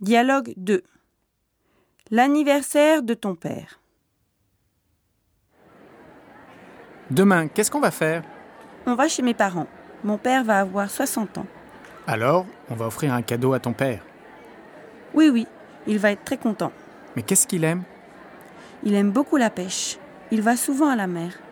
Dialogue 2 L'anniversaire de ton père. Demain, qu'est-ce qu'on va faire On va chez mes parents. Mon père va avoir 60 ans. Alors, on va offrir un cadeau à ton père. Oui, oui, il va être très content. Mais qu'est-ce qu'il aime Il aime beaucoup la pêche. Il va souvent à la mer.